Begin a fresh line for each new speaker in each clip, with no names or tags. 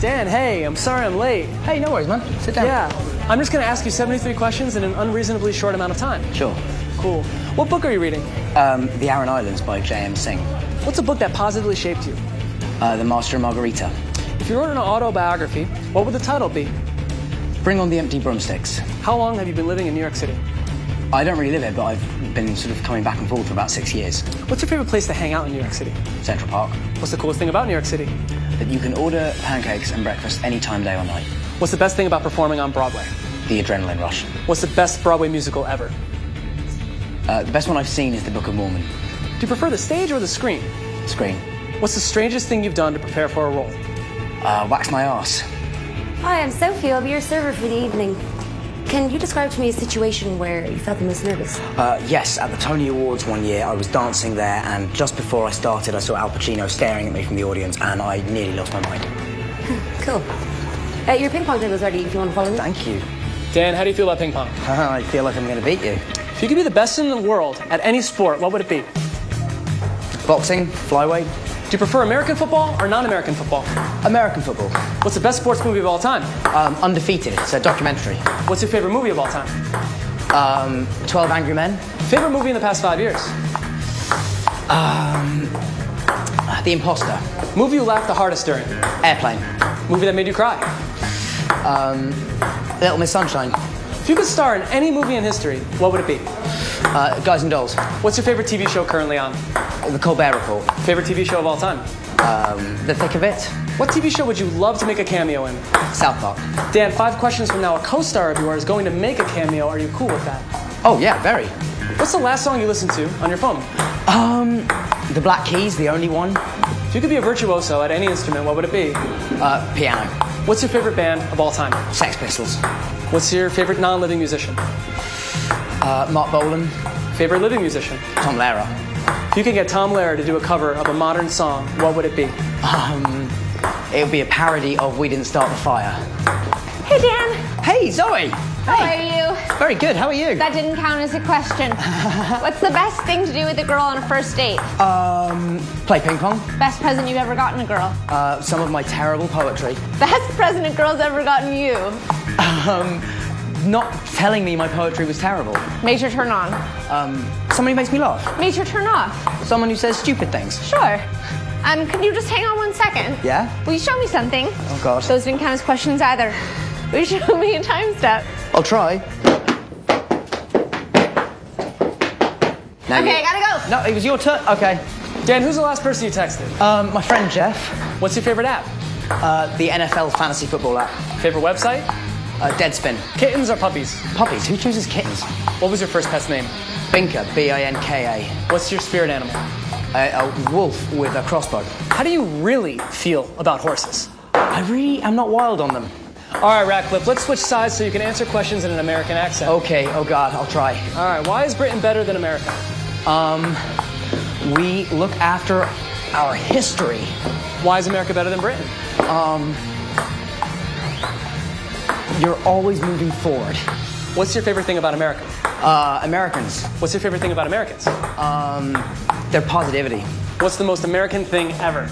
Dan, hey, I'm sorry I'm late.
Hey, no worries, man. Sit down.
Yeah, I'm just gonna ask you 73 questions in an unreasonably short amount of time.
Sure.
Cool. What book are you reading?
Um, the Aran Islands by J.M. Singh.
What's a book that positively shaped you?
Uh, the Master and Margarita.
If you wrote an autobiography, what would the title be?
Bring on the empty broomsticks.
How long have you been living in New York City?
I don't really live it, but I've been sort of coming back and forth for about six years.
What's your favorite place to hang out in New York City?
Central Park.
What's the coolest thing about New York City?
That you can order pancakes and breakfast any time, day or night.
What's the best thing about performing on Broadway?
The adrenaline rush.
What's the best Broadway musical ever?
Uh, the best one I've seen is the Book of Mormon.
Do you prefer the stage or the screen?
Screen.
What's the strangest thing you've done to prepare for a role?
Uh, wax my ass.
Hi, I'm Sophie. I'll be your server for the evening. Can you describe to me a situation where you felt the most nervous?
Uh, yes, at the Tony Awards one year, I was dancing there, and just before I started, I saw Al Pacino staring at me from the audience, and I nearly lost my mind.
Cool. Uh, your ping pong table's ready if you want to follow me.
Thank you.
Dan, how do you feel about ping pong?
I feel like I'm going to beat you.
If you could be the best in the world at any sport, what would it be? Do
Boxing, flyweight,
you prefer American football or non American football?
American football.
What's the best sports movie of all time?
Um, undefeated. It's a documentary.
What's your favorite movie of all time?
Um, Twelve Angry Men.
Favorite movie in the past five years?
Uh, The Imposter.
Movie you laughed the hardest during?
Airplane. Um,
Movie that made you cry?
Little Miss Sunshine.
If you could star in any movie in history, what would it be?
Uh, Guys and Dolls.
What's your favorite TV show currently on?
The Colbert Report.
Favorite TV show of all time?
Um, the Thick of It.
What TV show would you love to make a cameo in?
South Park.
Dan, five questions from now, a co star of yours is going to make a cameo. Are you cool with that?
Oh yeah, very.
What's the last song you listened to on your phone?
Um, The Black Keys, the only one.
If you could be a virtuoso at any instrument, what would it be?
Uh, piano.
What's your favorite band of all time?
Sex Pistols.
What's your favorite non living musician?
Uh, Mark Bolan.
Favorite living musician?
Tom Lehrer.
If you could get Tom Lehrer to do a cover of a modern song, what would it be?
Um, it would be a parody of We Didn't Start the Fire.
Hey Dan,
Hey, Zoe.
how
Hey.
are you?
Very good. How are you?
That didn't count as a question. What's the best thing to do with a girl on a first date?
Um, play ping pong.
Best present you've ever gotten a girl?
Uh, some of my terrible poetry.
Best present a girl's ever gotten you?
Um, not telling me my poetry was terrible.
Made her turn on.
Um, someone who makes me laugh.
Made her turn off.
Someone who says stupid things.
Sure. Um, could you just hang on one second?
Yeah?
Will you show me something?
Oh God.
Those didn't count as questions either. Will you show me a time step?
I'll try. Now
Okay,
you-
I gotta go.
No, it was your turn. Okay.
Dan, who's the last person you texted?
Um, my friend Jeff,
What's your favorite app?
uh, the NFL fantasy football app,
Favorite website?
uh, Deadspin.
Kittens or puppies?
Puppies. Who chooses kittens?
What was your first pet's name?
Binka. B-I-N-K-A.
What's your spirit animal?
A, a wolf with a crossbow.
How do you really feel about horses?
I really am not wild on them.
All right, Ratcliffe, let's switch sides so you can answer questions in an American accent.
Okay. Oh God. I'll try.
All right, why is Britain better than America?
Um, we look after our history.
Why is America better than Britain?
Um, you're always moving forward.
What's your favorite thing about America?
Uh, Americans.
What's your favorite thing about Americans?
Um, their positivity.
What's the most American thing ever?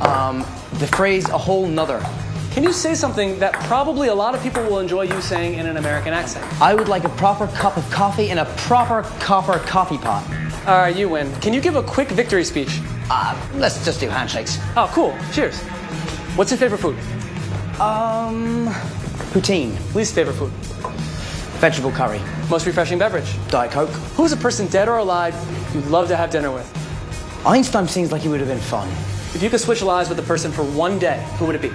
Um, the phrase a whole nother.
Can you say something that probably a lot of people will enjoy you saying in an American accent?
I would like a proper cup of coffee in a proper copper coffee pot.
All right, Uh, you win. Can you give a quick victory speech?
Uh, let's just do handshakes.
Oh, cool. Cheers. What's your favorite food?
Um, poutine,
Least favorite food?
vegetable curry,
Most refreshing beverage?
Diet Coke.
Who's a person, dead or alive, you'd love to have dinner with?
Einstein seems like he would have been fun.
If you could switch lives with a person for one day, who would it be?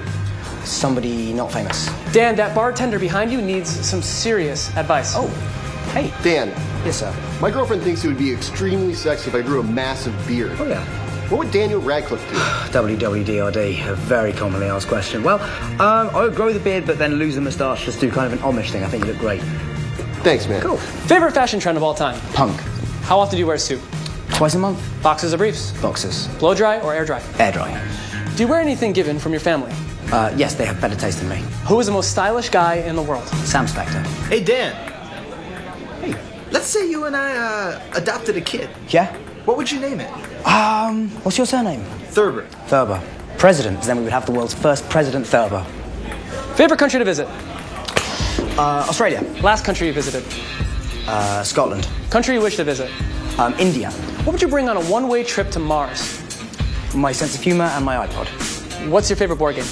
Somebody not famous.
Dan, that bartender behind you needs some serious advice.
Oh, hey.
Dan,
Yes, sir.
my girlfriend thinks it would be extremely sexy if I grew a massive beard.
Oh, yeah.
What would Daniel Radcliffe do?
WWDRD, a very commonly asked question. Well, um, I would grow the beard, but then lose the moustache. Just do kind of an Amish thing. I think you look great.
Thanks, man.
Cool.
Favorite fashion trend of all time?
Punk.
How often do you wear a suit?
Twice a month.
Boxes or briefs?
Boxers.
Blow dry or air dry?
Air dry.
Do you wear anything given from your family?
Uh, yes, they have better taste than me.
Who is the most stylish guy in the world?
Sam Spector.
Hey, Dan. Hey, let's say you and I uh, adopted a kid.
Yeah?
What would you name it?
Um, what's your surname?
Thurber.
Thurber. President, then we would have the world's first president Thurber.
Favorite country to visit?
Uh, Australia,
Last country you visited?
uh, Scotland,
Country you wish to visit?
um, India,
What would you bring on a one way trip to Mars?
my sense of humour, and my iPod.
What's your favorite board game?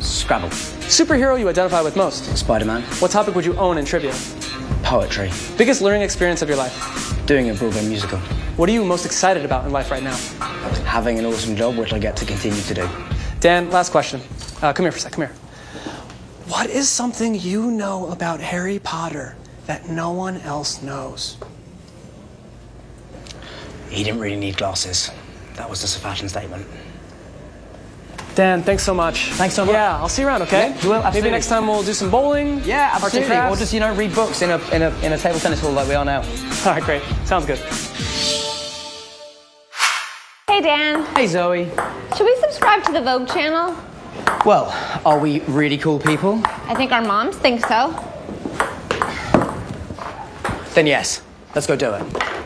Scrabble,
Superhero you identify with most?
Spider Man,
What topic would you own in trivia?
poetry,
Biggest learning experience of your life?
doing a Broadway musical,
What are you most excited about in life right now?
having an awesome job which I get to continue to do.
Dan, last question. Uh, come here for a sec. Come here. What is something you know about Harry Potter that no one else knows?
He didn't really need glasses. That was just a fashion statement.
Dan, thanks so much.
Thanks so much.
Yeah, I'll see you around. Okay.
Yeah, you will, absolutely.
Maybe next time we'll do some bowling. arts and crafts.
you know read books in a in a in a table tennis hall like we are now.
All right, great. Sounds good.
Hey, Dan.
Hey Zoe.
Should we subscribe to the Vogue channel?
Well, are we really cool people?
I think our moms think so.
Then yes, let's go do it.